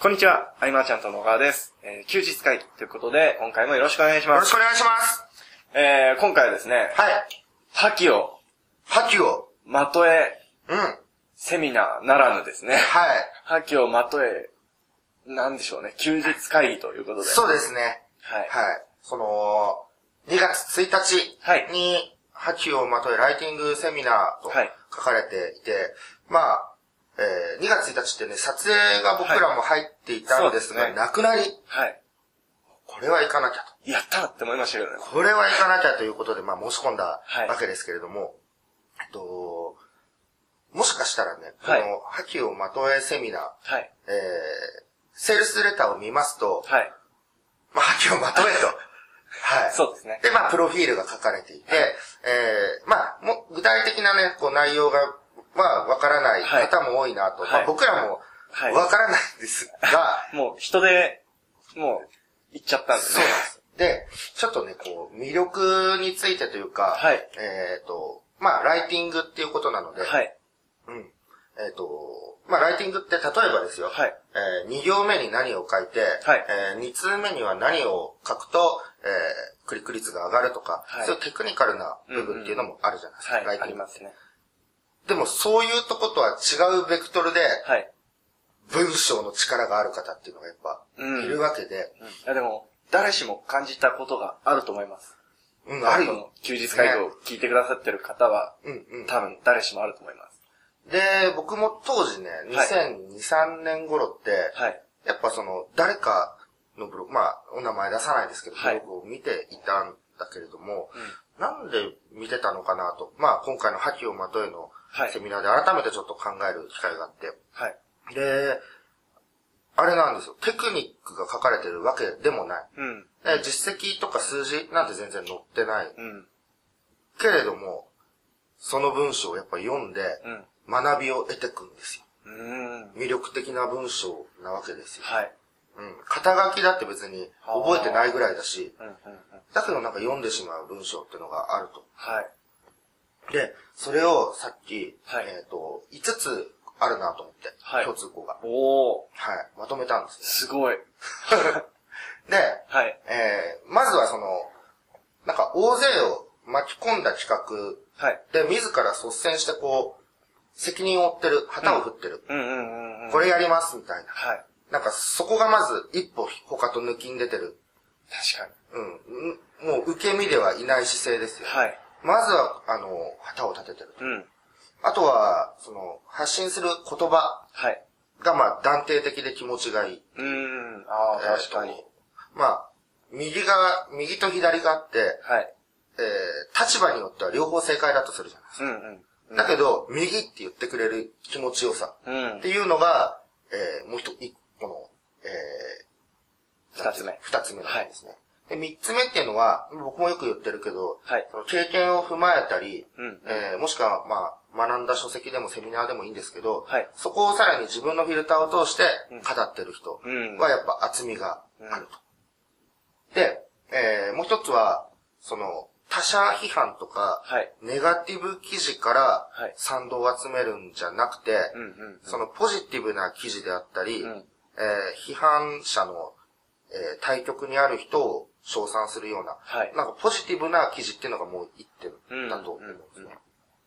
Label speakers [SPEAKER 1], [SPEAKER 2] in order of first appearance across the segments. [SPEAKER 1] こんにちは、アイマーちゃんと野川です。えー休日会議ということで、今回もよろしくお願いし
[SPEAKER 2] よ
[SPEAKER 1] ま
[SPEAKER 2] ろし
[SPEAKER 1] す
[SPEAKER 2] くお。願いします。
[SPEAKER 1] えー、今回はですね、
[SPEAKER 2] はい。
[SPEAKER 1] 覇気を、
[SPEAKER 2] 覇気を。
[SPEAKER 1] まとえ、
[SPEAKER 2] うん。はい。
[SPEAKER 1] セミナーならぬですね。 覇気をまとえ、なんでしょうね、休日会議ということで。
[SPEAKER 2] そうですね。
[SPEAKER 1] はい。
[SPEAKER 2] はい。その、2月1
[SPEAKER 1] はい
[SPEAKER 2] 日に、覇気をまとえライティングセミナーと
[SPEAKER 1] はい
[SPEAKER 2] 書かれていて、まあ、えー2月1日ってね、撮影が僕らも入っていたんです
[SPEAKER 1] はい
[SPEAKER 2] が、
[SPEAKER 1] そうですね
[SPEAKER 2] なくなり、
[SPEAKER 1] はい。
[SPEAKER 2] これは行かなきゃと。
[SPEAKER 1] やったって思いましたけどね。
[SPEAKER 2] これは行かなきゃということで、まあ申し込んだ
[SPEAKER 1] はい
[SPEAKER 2] わけですけれども、えっと、もしかしたらね、こ
[SPEAKER 1] はい
[SPEAKER 2] の、覇気をまとえセミナー、
[SPEAKER 1] はい。
[SPEAKER 2] えー、セールスレターを見ますと、
[SPEAKER 1] はい。
[SPEAKER 2] まあ、覇気をまとえと。はい。
[SPEAKER 1] そうですね。
[SPEAKER 2] で、まあ、プロフィールが書かれていて、えー、まあ、もう具体的なね、こう、内容が、まあ、わからない
[SPEAKER 1] はい
[SPEAKER 2] 方も多いなと。
[SPEAKER 1] は
[SPEAKER 2] ま
[SPEAKER 1] い
[SPEAKER 2] あ、僕らも、
[SPEAKER 1] はい
[SPEAKER 2] わからないんですが、
[SPEAKER 1] もう人で、もう、行っちゃったんです
[SPEAKER 2] そう
[SPEAKER 1] ね
[SPEAKER 2] なんで。す。で、ちょっとね、こう、魅力についてというか、
[SPEAKER 1] はい
[SPEAKER 2] えっ、と、まあ、ライティングっていうことなので、
[SPEAKER 1] はい。
[SPEAKER 2] うん。えっ、と、まあ、ライティングって例えばですよ。
[SPEAKER 1] はい
[SPEAKER 2] え2行目に何を書いて、
[SPEAKER 1] はい
[SPEAKER 2] え2通目には何を書くと、えークリック率が上がるとか、
[SPEAKER 1] はい
[SPEAKER 2] そういうテクニカルな部分っていうのもあるじゃないですか。
[SPEAKER 1] はい。
[SPEAKER 2] ラ
[SPEAKER 1] あ
[SPEAKER 2] イテ
[SPEAKER 1] り
[SPEAKER 2] ィング
[SPEAKER 1] ま。すね。
[SPEAKER 2] でも、そういうとことは違うベクトルで、
[SPEAKER 1] はい。
[SPEAKER 2] 文章の力がある方っていうのがやっぱ、
[SPEAKER 1] うん
[SPEAKER 2] いるわけで、
[SPEAKER 1] うん。いやでも、誰しも感じたことがあると思います。
[SPEAKER 2] うん、ある
[SPEAKER 1] こ
[SPEAKER 2] よ。
[SPEAKER 1] の休日会議を聞いてくださってる方は、
[SPEAKER 2] うん、うん。
[SPEAKER 1] 多分誰しもあると思います。
[SPEAKER 2] で、僕も当時ね、2002、3年頃って、
[SPEAKER 1] はい。
[SPEAKER 2] やっぱその、誰かのブログ、まあ、お名前出さないですけど、
[SPEAKER 1] はい
[SPEAKER 2] ブログを見ていたんだけれども、なんで見てたのかなと、まあ、今回の覇気をまとえの
[SPEAKER 1] はい
[SPEAKER 2] セミナーで改めてちょっと考える機会があって、
[SPEAKER 1] はい。
[SPEAKER 2] で、あれなんですよ、テクニックが書かれてるわけでもない。
[SPEAKER 1] うん。
[SPEAKER 2] で実績とか数字なんて全然載ってない。
[SPEAKER 1] うん。
[SPEAKER 2] けれども、その文章をやっぱ読んで、
[SPEAKER 1] うん。
[SPEAKER 2] 学びを得てくんですよ。
[SPEAKER 1] うーん。
[SPEAKER 2] 魅力的な文章なわけですよ。
[SPEAKER 1] はい。
[SPEAKER 2] うん。肩書きだって別に覚えてないぐらいだし、
[SPEAKER 1] うん。うん。うん。
[SPEAKER 2] だけどなんか読んでしまう文章ってのがあると。
[SPEAKER 1] はい。
[SPEAKER 2] で、それをさっき、
[SPEAKER 1] はい
[SPEAKER 2] えっ、と、5つあるなと思って、
[SPEAKER 1] はい
[SPEAKER 2] 共通項が。
[SPEAKER 1] おー。
[SPEAKER 2] はい。まとめたんで
[SPEAKER 1] す
[SPEAKER 2] す
[SPEAKER 1] ごい。
[SPEAKER 2] ね。で、
[SPEAKER 1] はい。
[SPEAKER 2] えー、まずはその、なんか大勢を巻き込んだ企画
[SPEAKER 1] はい。
[SPEAKER 2] で、自ら率先してこう、責任を負ってる、旗を振ってる、
[SPEAKER 1] うんうんうんうん。
[SPEAKER 2] これやりますみたいな。
[SPEAKER 1] はい。
[SPEAKER 2] なんかそこがまず一歩他と抜きん出てる。
[SPEAKER 1] 確か
[SPEAKER 2] うん。んもう受け身ではいない姿勢ですよ。
[SPEAKER 1] に。はい。
[SPEAKER 2] まずは、あの、旗を立ててる。
[SPEAKER 1] うん。
[SPEAKER 2] あとは、その、発信する言葉
[SPEAKER 1] はい。
[SPEAKER 2] が、まあ、断定的で気持ちがいい。
[SPEAKER 1] うーん。ああ、確か
[SPEAKER 2] えー
[SPEAKER 1] に。
[SPEAKER 2] と。まあ、右が、右と左があって、
[SPEAKER 1] はい。
[SPEAKER 2] えー、立場によっては両方正解だとするじゃないです
[SPEAKER 1] うんうん。
[SPEAKER 2] か。だけど、右って言ってくれる気持ちよさ
[SPEAKER 1] うん
[SPEAKER 2] って。いうのが、えー、もう一つ、一個の、えー、
[SPEAKER 1] 二つ目
[SPEAKER 2] 二つ目なんですね。で、三つ目っていうのは、僕もよく言ってるけど、
[SPEAKER 1] はい
[SPEAKER 2] その経験を踏まえたり、
[SPEAKER 1] うん
[SPEAKER 2] えーもしくは、まあ、学んだ書籍でもセミナーでもいいんですけど、
[SPEAKER 1] はい
[SPEAKER 2] そこをさらに自分のフィルターを通して語ってる人
[SPEAKER 1] うん
[SPEAKER 2] はやっぱ厚みがあると。で、えーもう一つは、その、他者批判とか、
[SPEAKER 1] はい。
[SPEAKER 2] ネガティブ記事から
[SPEAKER 1] はい
[SPEAKER 2] 賛同を集めるんじゃなくて、
[SPEAKER 1] うんうん。
[SPEAKER 2] そのポジティブな記事であったり、
[SPEAKER 1] うん
[SPEAKER 2] えー批判者の、えー対局にある人を称賛するような、
[SPEAKER 1] はい
[SPEAKER 2] なんかポジティブな記事っていうのがもう一点だと思うんですね。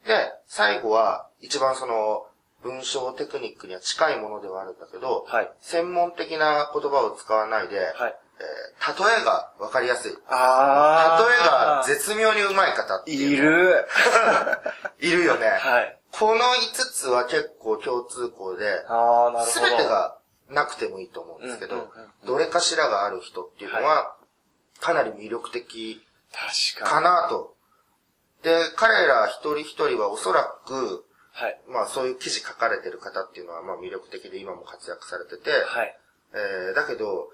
[SPEAKER 2] で、最後は一番その文章テクニックには近いものではあるんだけど、
[SPEAKER 1] はい
[SPEAKER 2] 専門的な言葉を使わないで、
[SPEAKER 1] はい。
[SPEAKER 2] えー例えがわかりやすい。例え
[SPEAKER 1] ああ。
[SPEAKER 2] が絶妙にうまい方ってい
[SPEAKER 1] い
[SPEAKER 2] う
[SPEAKER 1] る。
[SPEAKER 2] いるよね。
[SPEAKER 1] はい。
[SPEAKER 2] この5つは結構共通項で、
[SPEAKER 1] ああ、なるほど。
[SPEAKER 2] すべてがなくてもいいと思うんですけ
[SPEAKER 1] うんうん
[SPEAKER 2] ど
[SPEAKER 1] うんう、ん
[SPEAKER 2] どれかしらがある人っていうのは、かなり魅力的
[SPEAKER 1] 確か
[SPEAKER 2] か
[SPEAKER 1] に。
[SPEAKER 2] なと。で、彼ら一人一人はおそらく、
[SPEAKER 1] はい。
[SPEAKER 2] まあそういう記事書かれてる方っていうのはまあ魅力的で今も活躍されてて、
[SPEAKER 1] はい。
[SPEAKER 2] えーだけど、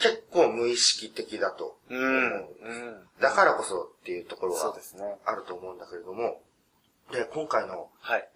[SPEAKER 2] 結構無意識的だと。
[SPEAKER 1] うん。うん。
[SPEAKER 2] だからこそっていうところ
[SPEAKER 1] そう
[SPEAKER 2] は
[SPEAKER 1] ですね。
[SPEAKER 2] あると思うんだけれども、で、今回の
[SPEAKER 1] はい。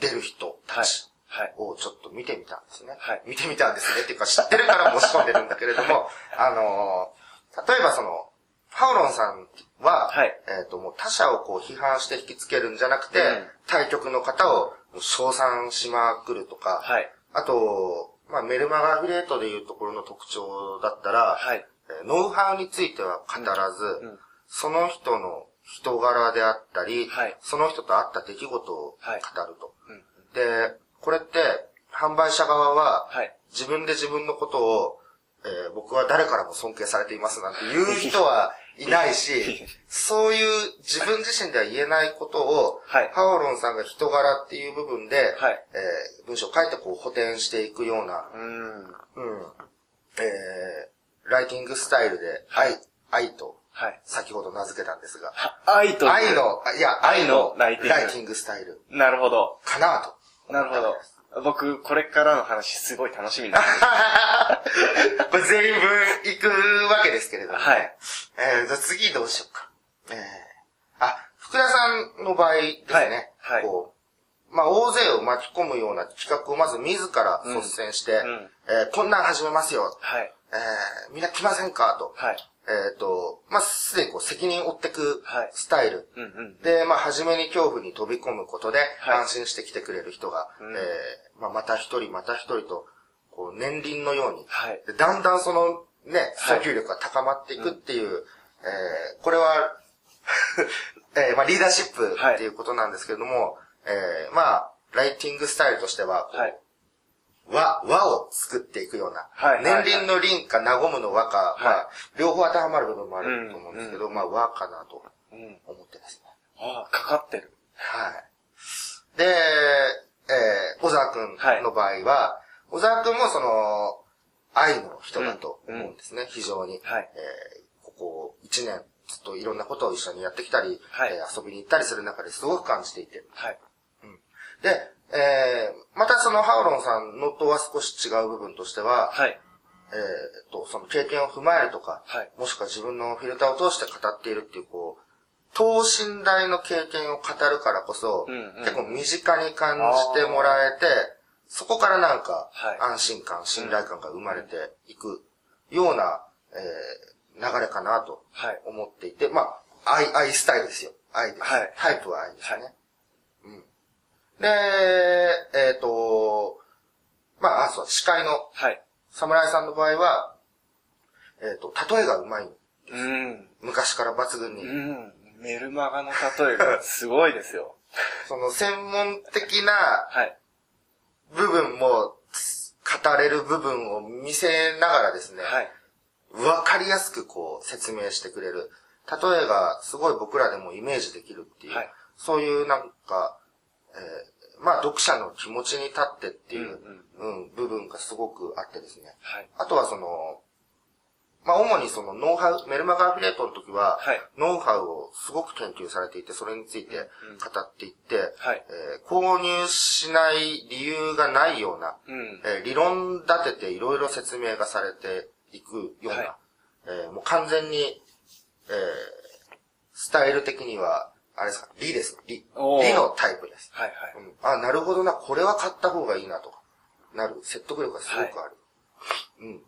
[SPEAKER 2] 出る人た
[SPEAKER 1] はい
[SPEAKER 2] ち。。
[SPEAKER 1] はい。
[SPEAKER 2] をちょっと見てみたんですね。
[SPEAKER 1] はい
[SPEAKER 2] 見てみたんですね。っていうか知ってるから申し込んでるんだけれども、あのー例えばその、パオロンさんは、
[SPEAKER 1] はい
[SPEAKER 2] えっ、と、もう他者をこう批判して引きつけるんじゃなくて、
[SPEAKER 1] うん
[SPEAKER 2] 対局の方をもう称賛しまくるとか、
[SPEAKER 1] はい。
[SPEAKER 2] あと、まあ、メルマガアフィリエイトでいうところの特徴だったら、
[SPEAKER 1] はい。
[SPEAKER 2] えーノウハウについては語らず、
[SPEAKER 1] うん
[SPEAKER 2] その人の人柄であったり、
[SPEAKER 1] はい
[SPEAKER 2] その人と会った出来事を語
[SPEAKER 1] はい
[SPEAKER 2] ると。
[SPEAKER 1] うん。
[SPEAKER 2] で、これって、販売者側は、
[SPEAKER 1] はい。
[SPEAKER 2] 自分で自分のことを、えー僕は誰からも尊敬されていますなんて言う人はいな いし、そういう自分自身では言えないことを、
[SPEAKER 1] はい
[SPEAKER 2] ハオロンさんが人柄っていう部分で、
[SPEAKER 1] はい
[SPEAKER 2] えー文章を書いてこう補填していくような、
[SPEAKER 1] うん。
[SPEAKER 2] うんえーライティングスタイルで、愛、愛と、
[SPEAKER 1] はい。
[SPEAKER 2] 先ほど名付けたんですが、
[SPEAKER 1] は愛という。
[SPEAKER 2] 愛の、いや、愛
[SPEAKER 1] 愛の
[SPEAKER 2] のラ
[SPEAKER 1] ラ
[SPEAKER 2] イ
[SPEAKER 1] イ
[SPEAKER 2] テ
[SPEAKER 1] ティング
[SPEAKER 2] ィングスタイル
[SPEAKER 1] なるほど。
[SPEAKER 2] かなと。
[SPEAKER 1] なるほど。僕、これからの話すごい楽しみなんで。
[SPEAKER 2] これ全員分行くわけですけれども、ね。
[SPEAKER 1] はい。
[SPEAKER 2] えー、じゃあ次どうしようか。えー、あ、福田さんの場合ですね。
[SPEAKER 1] はいはい
[SPEAKER 2] こう、まあ、大勢を巻き込むような企画をまず自ら率先して、
[SPEAKER 1] んうん
[SPEAKER 2] えーこんなん始めますよ。
[SPEAKER 1] はい。
[SPEAKER 2] えー、みんな来ませんかと。
[SPEAKER 1] はい。
[SPEAKER 2] えっ、と、まあ、すでにこう責任を負ってく
[SPEAKER 1] はい
[SPEAKER 2] スタイル。
[SPEAKER 1] うんうん。
[SPEAKER 2] で、まあ、初めに恐怖に飛び込むことで、
[SPEAKER 1] はい
[SPEAKER 2] 安心して来てくれる人が、
[SPEAKER 1] うん
[SPEAKER 2] えーまあ、また一人、また一人と、こう、年輪のように、
[SPEAKER 1] はい。
[SPEAKER 2] でだんだんその、ね、
[SPEAKER 1] はい
[SPEAKER 2] 訴求力が高まっていくっていう、えーこれは、 えーまあ、リーダーシップっていうことなんですけれども、えーまあ、ライティングスタイルとしては、こう
[SPEAKER 1] はい。
[SPEAKER 2] 和、和を作っていくような、
[SPEAKER 1] はいはいはい
[SPEAKER 2] 年輪の輪か和むの和か、まあ
[SPEAKER 1] は
[SPEAKER 2] 両方当てはまる部分もあると思うんですけど、まあ、和かなと
[SPEAKER 1] うん。
[SPEAKER 2] 思ってますね。
[SPEAKER 1] ああ、かかってる。
[SPEAKER 2] はい。で、えー、小沢くんの場合は、小沢くんもその、愛の人だと思うんですね、非常に。
[SPEAKER 1] はい
[SPEAKER 2] えーここ1年、ずっといろんなことを一緒にやってきたり、
[SPEAKER 1] はい
[SPEAKER 2] えー遊びに行ったりする中ですごく感じていて。
[SPEAKER 1] はい。
[SPEAKER 2] で、えー、またそのハオロンさんのとは少し違う部分としては、
[SPEAKER 1] はい。
[SPEAKER 2] えー、と、その経験を踏まえるとか、
[SPEAKER 1] はい
[SPEAKER 2] もしくは自分のフィルターを通して語っているっていう、こう、等身大の経験を語るからこそ、
[SPEAKER 1] うんうん
[SPEAKER 2] 結構身近に感じてもらえて、そこからなんか
[SPEAKER 1] はい、
[SPEAKER 2] 安心感、信頼感が生まれていくような、えー流れかなと
[SPEAKER 1] はい。
[SPEAKER 2] 思っていて、まあ、愛、愛スタイルですよ。愛です。
[SPEAKER 1] はい
[SPEAKER 2] タイプは愛ですね。
[SPEAKER 1] は
[SPEAKER 2] うん。で、えっ、と、まあ、あ、そう、司会の
[SPEAKER 1] はい。
[SPEAKER 2] 侍さんの場合は、えっ、と、例えがうまい。
[SPEAKER 1] うん。
[SPEAKER 2] 昔から抜群に。
[SPEAKER 1] うん。メルマガの例えがすごいですよ。
[SPEAKER 2] その専門的な
[SPEAKER 1] はい。
[SPEAKER 2] 部分も、語れる部分を見せながらですね、
[SPEAKER 1] はい。
[SPEAKER 2] わかりやすくこう説明してくれる。例えがすごい僕らでもイメージできるっていう、
[SPEAKER 1] はい
[SPEAKER 2] そういうなんか、えーまあ読者の気持ちに立ってっていう、
[SPEAKER 1] う
[SPEAKER 2] うん部分がすごくあってですね。
[SPEAKER 1] はい。
[SPEAKER 2] あとはその、まあ、主にそのノウハウ、メルマガアフィリエイトの時は、
[SPEAKER 1] はい
[SPEAKER 2] ノウハウをすごく研究されていて、それについて語っていって、
[SPEAKER 1] はい
[SPEAKER 2] えー購入しない理由がないような、
[SPEAKER 1] うん。
[SPEAKER 2] えー理論立てていろいろ説明がされていくような、
[SPEAKER 1] はい
[SPEAKER 2] えーもう完全に、えースタイル的には、あれですか、理です。理。
[SPEAKER 1] おー
[SPEAKER 2] 理のタイプです。
[SPEAKER 1] はい。
[SPEAKER 2] う
[SPEAKER 1] はい。
[SPEAKER 2] ん、あ、なるほどな、これは買った方がいいなとか、なる説得力がすごくある。うん。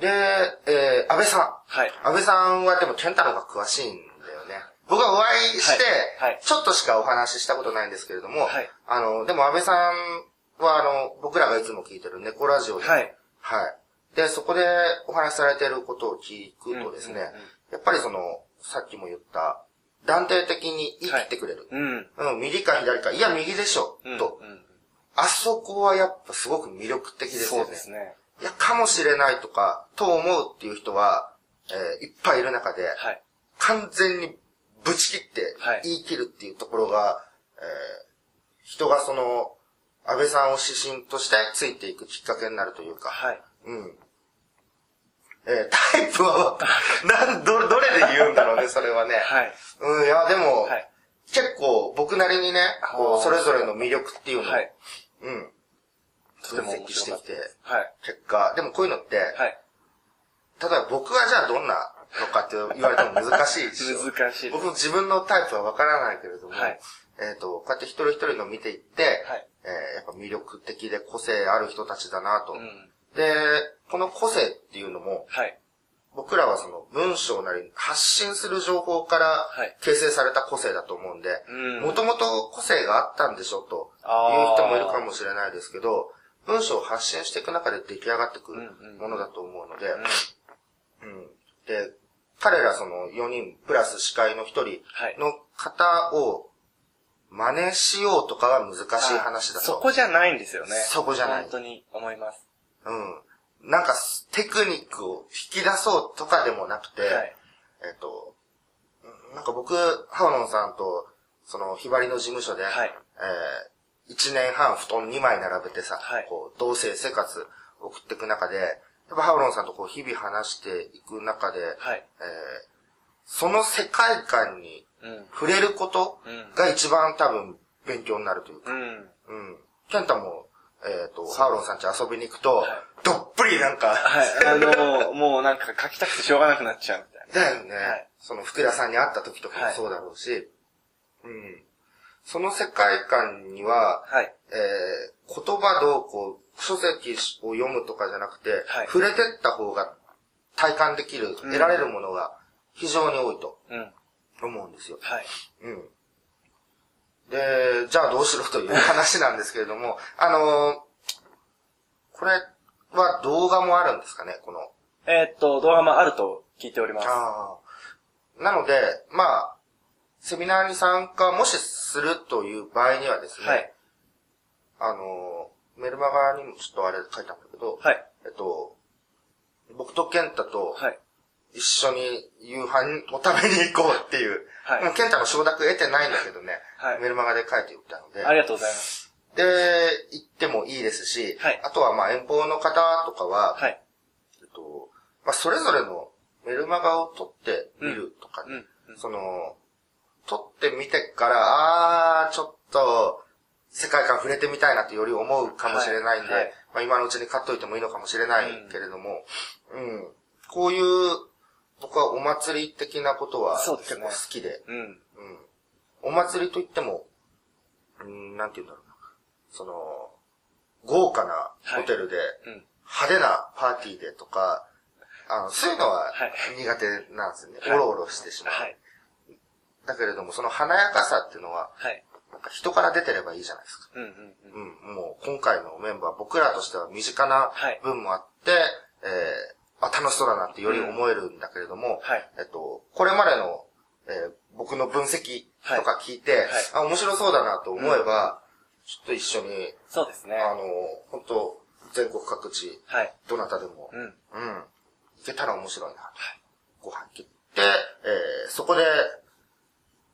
[SPEAKER 2] で、えー、安倍さん。
[SPEAKER 1] はい。
[SPEAKER 2] 安倍さんはでも健太郎が詳しいんだよね。僕はお会いして、
[SPEAKER 1] はいはい
[SPEAKER 2] ちょっとしかお話ししたことないんですけれども、
[SPEAKER 1] はい
[SPEAKER 2] あの、でも安倍さんはあの、僕らがいつも聞いてる猫ラジオで、
[SPEAKER 1] はい。
[SPEAKER 2] はい。で、そこでお話しされてることを聞くとですね、
[SPEAKER 1] うんうんうん
[SPEAKER 2] やっぱりその、さっきも言った、断定的に生きてくれる。
[SPEAKER 1] うん。
[SPEAKER 2] うん、右か左か。いや、右でしょ。
[SPEAKER 1] うん
[SPEAKER 2] と。
[SPEAKER 1] うん
[SPEAKER 2] あそこはやっぱすごく魅力的ですよね。
[SPEAKER 1] そうですね。
[SPEAKER 2] いや、かもしれないとか、と思うっていう人は、えーいっぱいいる中で、
[SPEAKER 1] はい。
[SPEAKER 2] 完全にぶち切って
[SPEAKER 1] はい、
[SPEAKER 2] 言い切るっていうところが、えー人がその、安倍さんを指針としてついていくきっかけになるというか、
[SPEAKER 1] はい。
[SPEAKER 2] うん。えータイプは、 なん、ど、どれで言うんだろうね、それはね。
[SPEAKER 1] はい。
[SPEAKER 2] うん、いや、でも、
[SPEAKER 1] はい。
[SPEAKER 2] 結構僕なりにね、こ
[SPEAKER 1] あ
[SPEAKER 2] う、
[SPEAKER 1] ー
[SPEAKER 2] それぞれの魅力っていうのを、
[SPEAKER 1] はい。
[SPEAKER 2] うん、
[SPEAKER 1] とて
[SPEAKER 2] 分
[SPEAKER 1] も面
[SPEAKER 2] 析して
[SPEAKER 1] 白かった
[SPEAKER 2] きて
[SPEAKER 1] で、す。はい。
[SPEAKER 2] 結果、でもこういうのって、
[SPEAKER 1] はい。
[SPEAKER 2] 例えば僕はじゃあどんなのかって言われても難しいし、
[SPEAKER 1] 難しいです。
[SPEAKER 2] 僕も自分のタイプはわからないけれども、
[SPEAKER 1] はい
[SPEAKER 2] えっ、と、こうやって一人一人の見ていって、
[SPEAKER 1] はい
[SPEAKER 2] えーやっぱ魅力的で個性ある人たちだなと、
[SPEAKER 1] うん。
[SPEAKER 2] で、この個性っていうのも、
[SPEAKER 1] はい。
[SPEAKER 2] 僕らはその文章なり発信する情報から
[SPEAKER 1] はい
[SPEAKER 2] 形成された個性だと思うんで、
[SPEAKER 1] うん
[SPEAKER 2] もともと個性があったんでしょという
[SPEAKER 1] あー
[SPEAKER 2] 人もいるかもしれないですけど、文章を発信していく中で出来上がってくるものだと思うので、うん。で、彼らその4人プラス司会の1人の方を真似しようとかは難しい話だと。
[SPEAKER 1] そこじゃないんですよね。
[SPEAKER 2] そこじゃない
[SPEAKER 1] 本当に思います。
[SPEAKER 2] うん。なんかすテクニックを引き出そうとかでもなくて、
[SPEAKER 1] はい。
[SPEAKER 2] えっと、うんなんか僕、ハオロンさんと、その、ひばりの事務所で、
[SPEAKER 1] はい
[SPEAKER 2] えー、1年半布団2枚並べてさ、
[SPEAKER 1] はい
[SPEAKER 2] こう、同棲生活送っていく中で、やっぱハオロンさんとこう、日々話していく中で、
[SPEAKER 1] はい。
[SPEAKER 2] えーその世界観に
[SPEAKER 1] うん。
[SPEAKER 2] 触れることが一番多分勉強になるというか、
[SPEAKER 1] うん。
[SPEAKER 2] うん。ケンタも、えっ、と、ハオロンさんち遊びに行くと、どっぷりなんか、
[SPEAKER 1] はい。あの、もうなんか書きたくてしょうがなくなっちゃうみたい
[SPEAKER 2] だよね。
[SPEAKER 1] はい
[SPEAKER 2] その福田さんに会った時とかもそうだろうし、うん。その世界観には、
[SPEAKER 1] な。はい。
[SPEAKER 2] えー、言葉どうこう、書籍を読むとかじゃなくて、
[SPEAKER 1] はい
[SPEAKER 2] 触れてった方が体感できる、
[SPEAKER 1] ん
[SPEAKER 2] 得られるものが非常に多いと
[SPEAKER 1] うん。
[SPEAKER 2] 思うんですよ。
[SPEAKER 1] はい。
[SPEAKER 2] うん。で、じゃあどうしろという話なんですけれども、あのーこれは動画もあるんですかね、この
[SPEAKER 1] えーっと、動画もあると聞いております。
[SPEAKER 2] ああ。なので、まあ、セミナーに参加、もしするという場合にはですね、
[SPEAKER 1] はい。
[SPEAKER 2] あの、メルマガにもちょっとあれ書いたんだけど、
[SPEAKER 1] はい。
[SPEAKER 2] えっと、僕と健太と
[SPEAKER 1] はい。
[SPEAKER 2] 一緒に夕飯を食べに行こうっていう、
[SPEAKER 1] はい
[SPEAKER 2] もう健太の承諾得てないんだけどね、
[SPEAKER 1] はい
[SPEAKER 2] メルマガで書いておいたので、
[SPEAKER 1] ありがとうございます。
[SPEAKER 2] で、行ってもいいですし、
[SPEAKER 1] はい
[SPEAKER 2] あとはまあ遠方の方とかは、
[SPEAKER 1] はい。
[SPEAKER 2] えっと、まあ、それぞれのメルマガを撮ってみるとかね、
[SPEAKER 1] うんうんうん
[SPEAKER 2] その、撮ってみてから、あー、ちょっと、世界観触れてみたいなってより思うかもしれないんで、
[SPEAKER 1] はいはい
[SPEAKER 2] まあ、今のうちに買っといてもいいのかもしれないけれども、うん、こういう、僕はお祭り的なことは
[SPEAKER 1] そうです
[SPEAKER 2] 結
[SPEAKER 1] ね
[SPEAKER 2] 構好きで、
[SPEAKER 1] うん。
[SPEAKER 2] うん。お祭りといっても、うん、なんて言うんだろうな。その、豪華なホテルで、
[SPEAKER 1] うん。
[SPEAKER 2] 派手なパーティーでとか、あの、そういうの
[SPEAKER 1] は
[SPEAKER 2] は
[SPEAKER 1] い
[SPEAKER 2] 苦手なんですよね。
[SPEAKER 1] はい
[SPEAKER 2] おろおろしてしまう。
[SPEAKER 1] はい。
[SPEAKER 2] だけれども、その華やかさっていうのは、
[SPEAKER 1] はい。
[SPEAKER 2] なんか人から出てればいいじゃないですか。
[SPEAKER 1] うんうんうん。
[SPEAKER 2] うん、もう今回のメンバー、僕らとしては身近な
[SPEAKER 1] はい
[SPEAKER 2] 分もあって、えーあ、楽しそうだなってより思えるんだけれども、
[SPEAKER 1] はい。
[SPEAKER 2] えっと、これまでの、えー僕の分析とか聞いて、あ、面白そうだなと思えば、ちょっと一緒に、
[SPEAKER 1] そうですね。
[SPEAKER 2] あの、本当全国各地、
[SPEAKER 1] はい。
[SPEAKER 2] どなたでも、
[SPEAKER 1] うん。
[SPEAKER 2] うん。行けたら面白いな。ご飯切って、えー、そこで、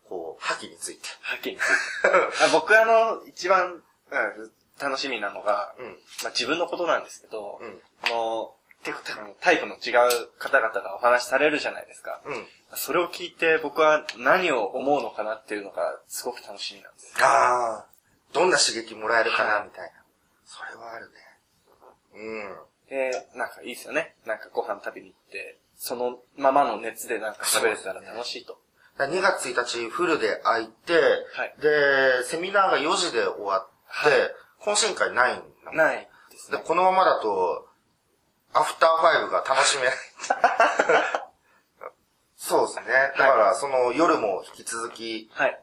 [SPEAKER 2] こう、覇気について。
[SPEAKER 1] はっきりついてあ僕あの、一番、うん楽しみなのが、
[SPEAKER 2] うん。
[SPEAKER 1] まあ、自分のことなんですけど、
[SPEAKER 2] うん。
[SPEAKER 1] あの、結構多分タイプの違う方々がお話しされるじゃないですか。
[SPEAKER 2] うん。
[SPEAKER 1] それを聞いて僕は何を思うのかなっていうのがすごく楽しみなんです。
[SPEAKER 2] ああ、どんな刺激もらえるかな、
[SPEAKER 1] はい
[SPEAKER 2] みたいな。それはあるね。うん。
[SPEAKER 1] で、なんかいいですよね。なんかご飯食べに行って、そのままの熱でなんか喋れたら楽しいと。
[SPEAKER 2] だから2月1日フルで空いて、
[SPEAKER 1] はい
[SPEAKER 2] で、セミナーが4時で終わって、懇親会ないんだもん
[SPEAKER 1] ないです
[SPEAKER 2] で、
[SPEAKER 1] ね。
[SPEAKER 2] このままだと、アフターファイブが楽しめ ない。そうですね。だから、その夜も引き続き、
[SPEAKER 1] はい。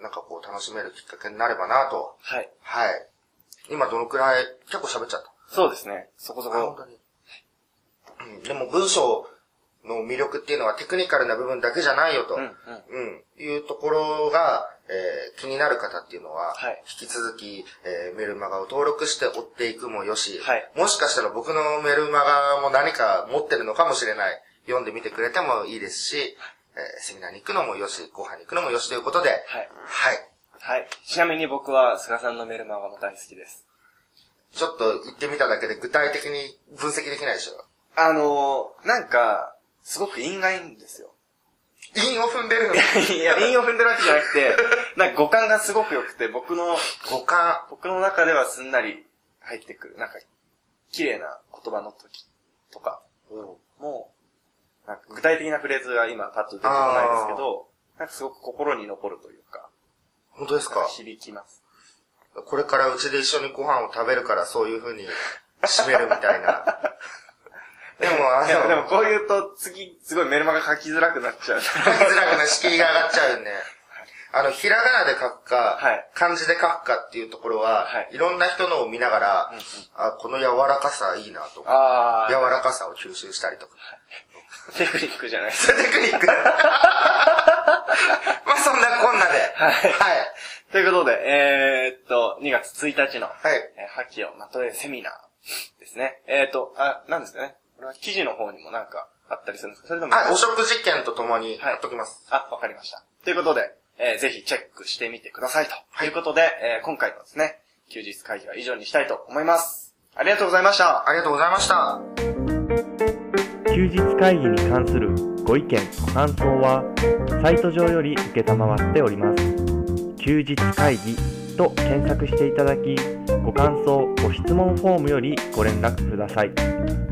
[SPEAKER 2] なんかこう楽しめるきっかけになればなと。
[SPEAKER 1] はい。
[SPEAKER 2] はい。今どのくらい、結構喋っちゃった。
[SPEAKER 1] そうですね。そこそ
[SPEAKER 2] 本
[SPEAKER 1] こ。
[SPEAKER 2] 当に。うんでも文章の魅力っていうのはテクニカルな部分だけじゃないよと。
[SPEAKER 1] うんうん。
[SPEAKER 2] うん、いうところが、えー気になる方っていうのは、
[SPEAKER 1] はい
[SPEAKER 2] 引き続き、えーメルマガを登録して追っていくもよし、
[SPEAKER 1] はい
[SPEAKER 2] もしかしたら僕のメルマガも何か持ってるのかもしれない。読んでみてくれてもいいですし、えーセミナーに行くのもよし、ご飯に行くのもよしということで、はい。
[SPEAKER 1] はい。はい。ちなみに僕は菅さんのメルマガも大好きです。
[SPEAKER 2] ちょっと行ってみただけで具体的に分析できないでしょ。
[SPEAKER 1] あのー、なんか、すごく因がいいんですよ。
[SPEAKER 2] 韻を踏んでるのに
[SPEAKER 1] いや、因を踏んでるわけじゃなくて、なんか五感がすごく良くて、僕の、
[SPEAKER 2] 五感。
[SPEAKER 1] 僕の中ではすんなり入ってくる。なんか、綺麗な言葉の時とかも、なんか具体的なフレーズが今パッと出てこないですけど、なんかすごく心に残るというか、
[SPEAKER 2] 本当です
[SPEAKER 1] なん
[SPEAKER 2] か
[SPEAKER 1] か響きます。
[SPEAKER 2] これからうちで一緒にご飯を食べるからそういう風に締めるみたいな。でも、あ
[SPEAKER 1] いや、
[SPEAKER 2] の、
[SPEAKER 1] でもこう 言うと次、すごいメルマガ書きづらくなっちゃう。
[SPEAKER 2] 書きづらくない敷居が上がっちゃうんで。あの、ひらがなで書くか、
[SPEAKER 1] はい
[SPEAKER 2] 漢字で書くかっていうところは、
[SPEAKER 1] はい
[SPEAKER 2] い、ろんな人のを見ながら、あこの柔らかさいいなとか、
[SPEAKER 1] あ
[SPEAKER 2] 柔
[SPEAKER 1] あ、
[SPEAKER 2] らかさを吸収したりとか。
[SPEAKER 1] テクニックじゃないです
[SPEAKER 2] テクニックまあそんなこんなで。はい。
[SPEAKER 1] か。ということで、えー、っと、2月1日の、
[SPEAKER 2] はい。
[SPEAKER 1] えー、覇気をまとえセミナーですね。えー、っと、あ、なんですかね。これは記事の方にもなんかあったりするんですかそれとも。
[SPEAKER 2] はい、お食事券とともに
[SPEAKER 1] はい
[SPEAKER 2] 貼っときます。
[SPEAKER 1] あ、わかりました。ということで、えーぜひチェックしてみてくださいと。
[SPEAKER 2] はい
[SPEAKER 1] いうことで、えー今回のですね、休日会議は以上にしたいと思います。ありがとうございました。
[SPEAKER 2] ありがとうございました。
[SPEAKER 3] 休日会議に関するご意見ご感想はサイト上より承っております休日会議と検索していただきご感想ご質問フォームよりご連絡ください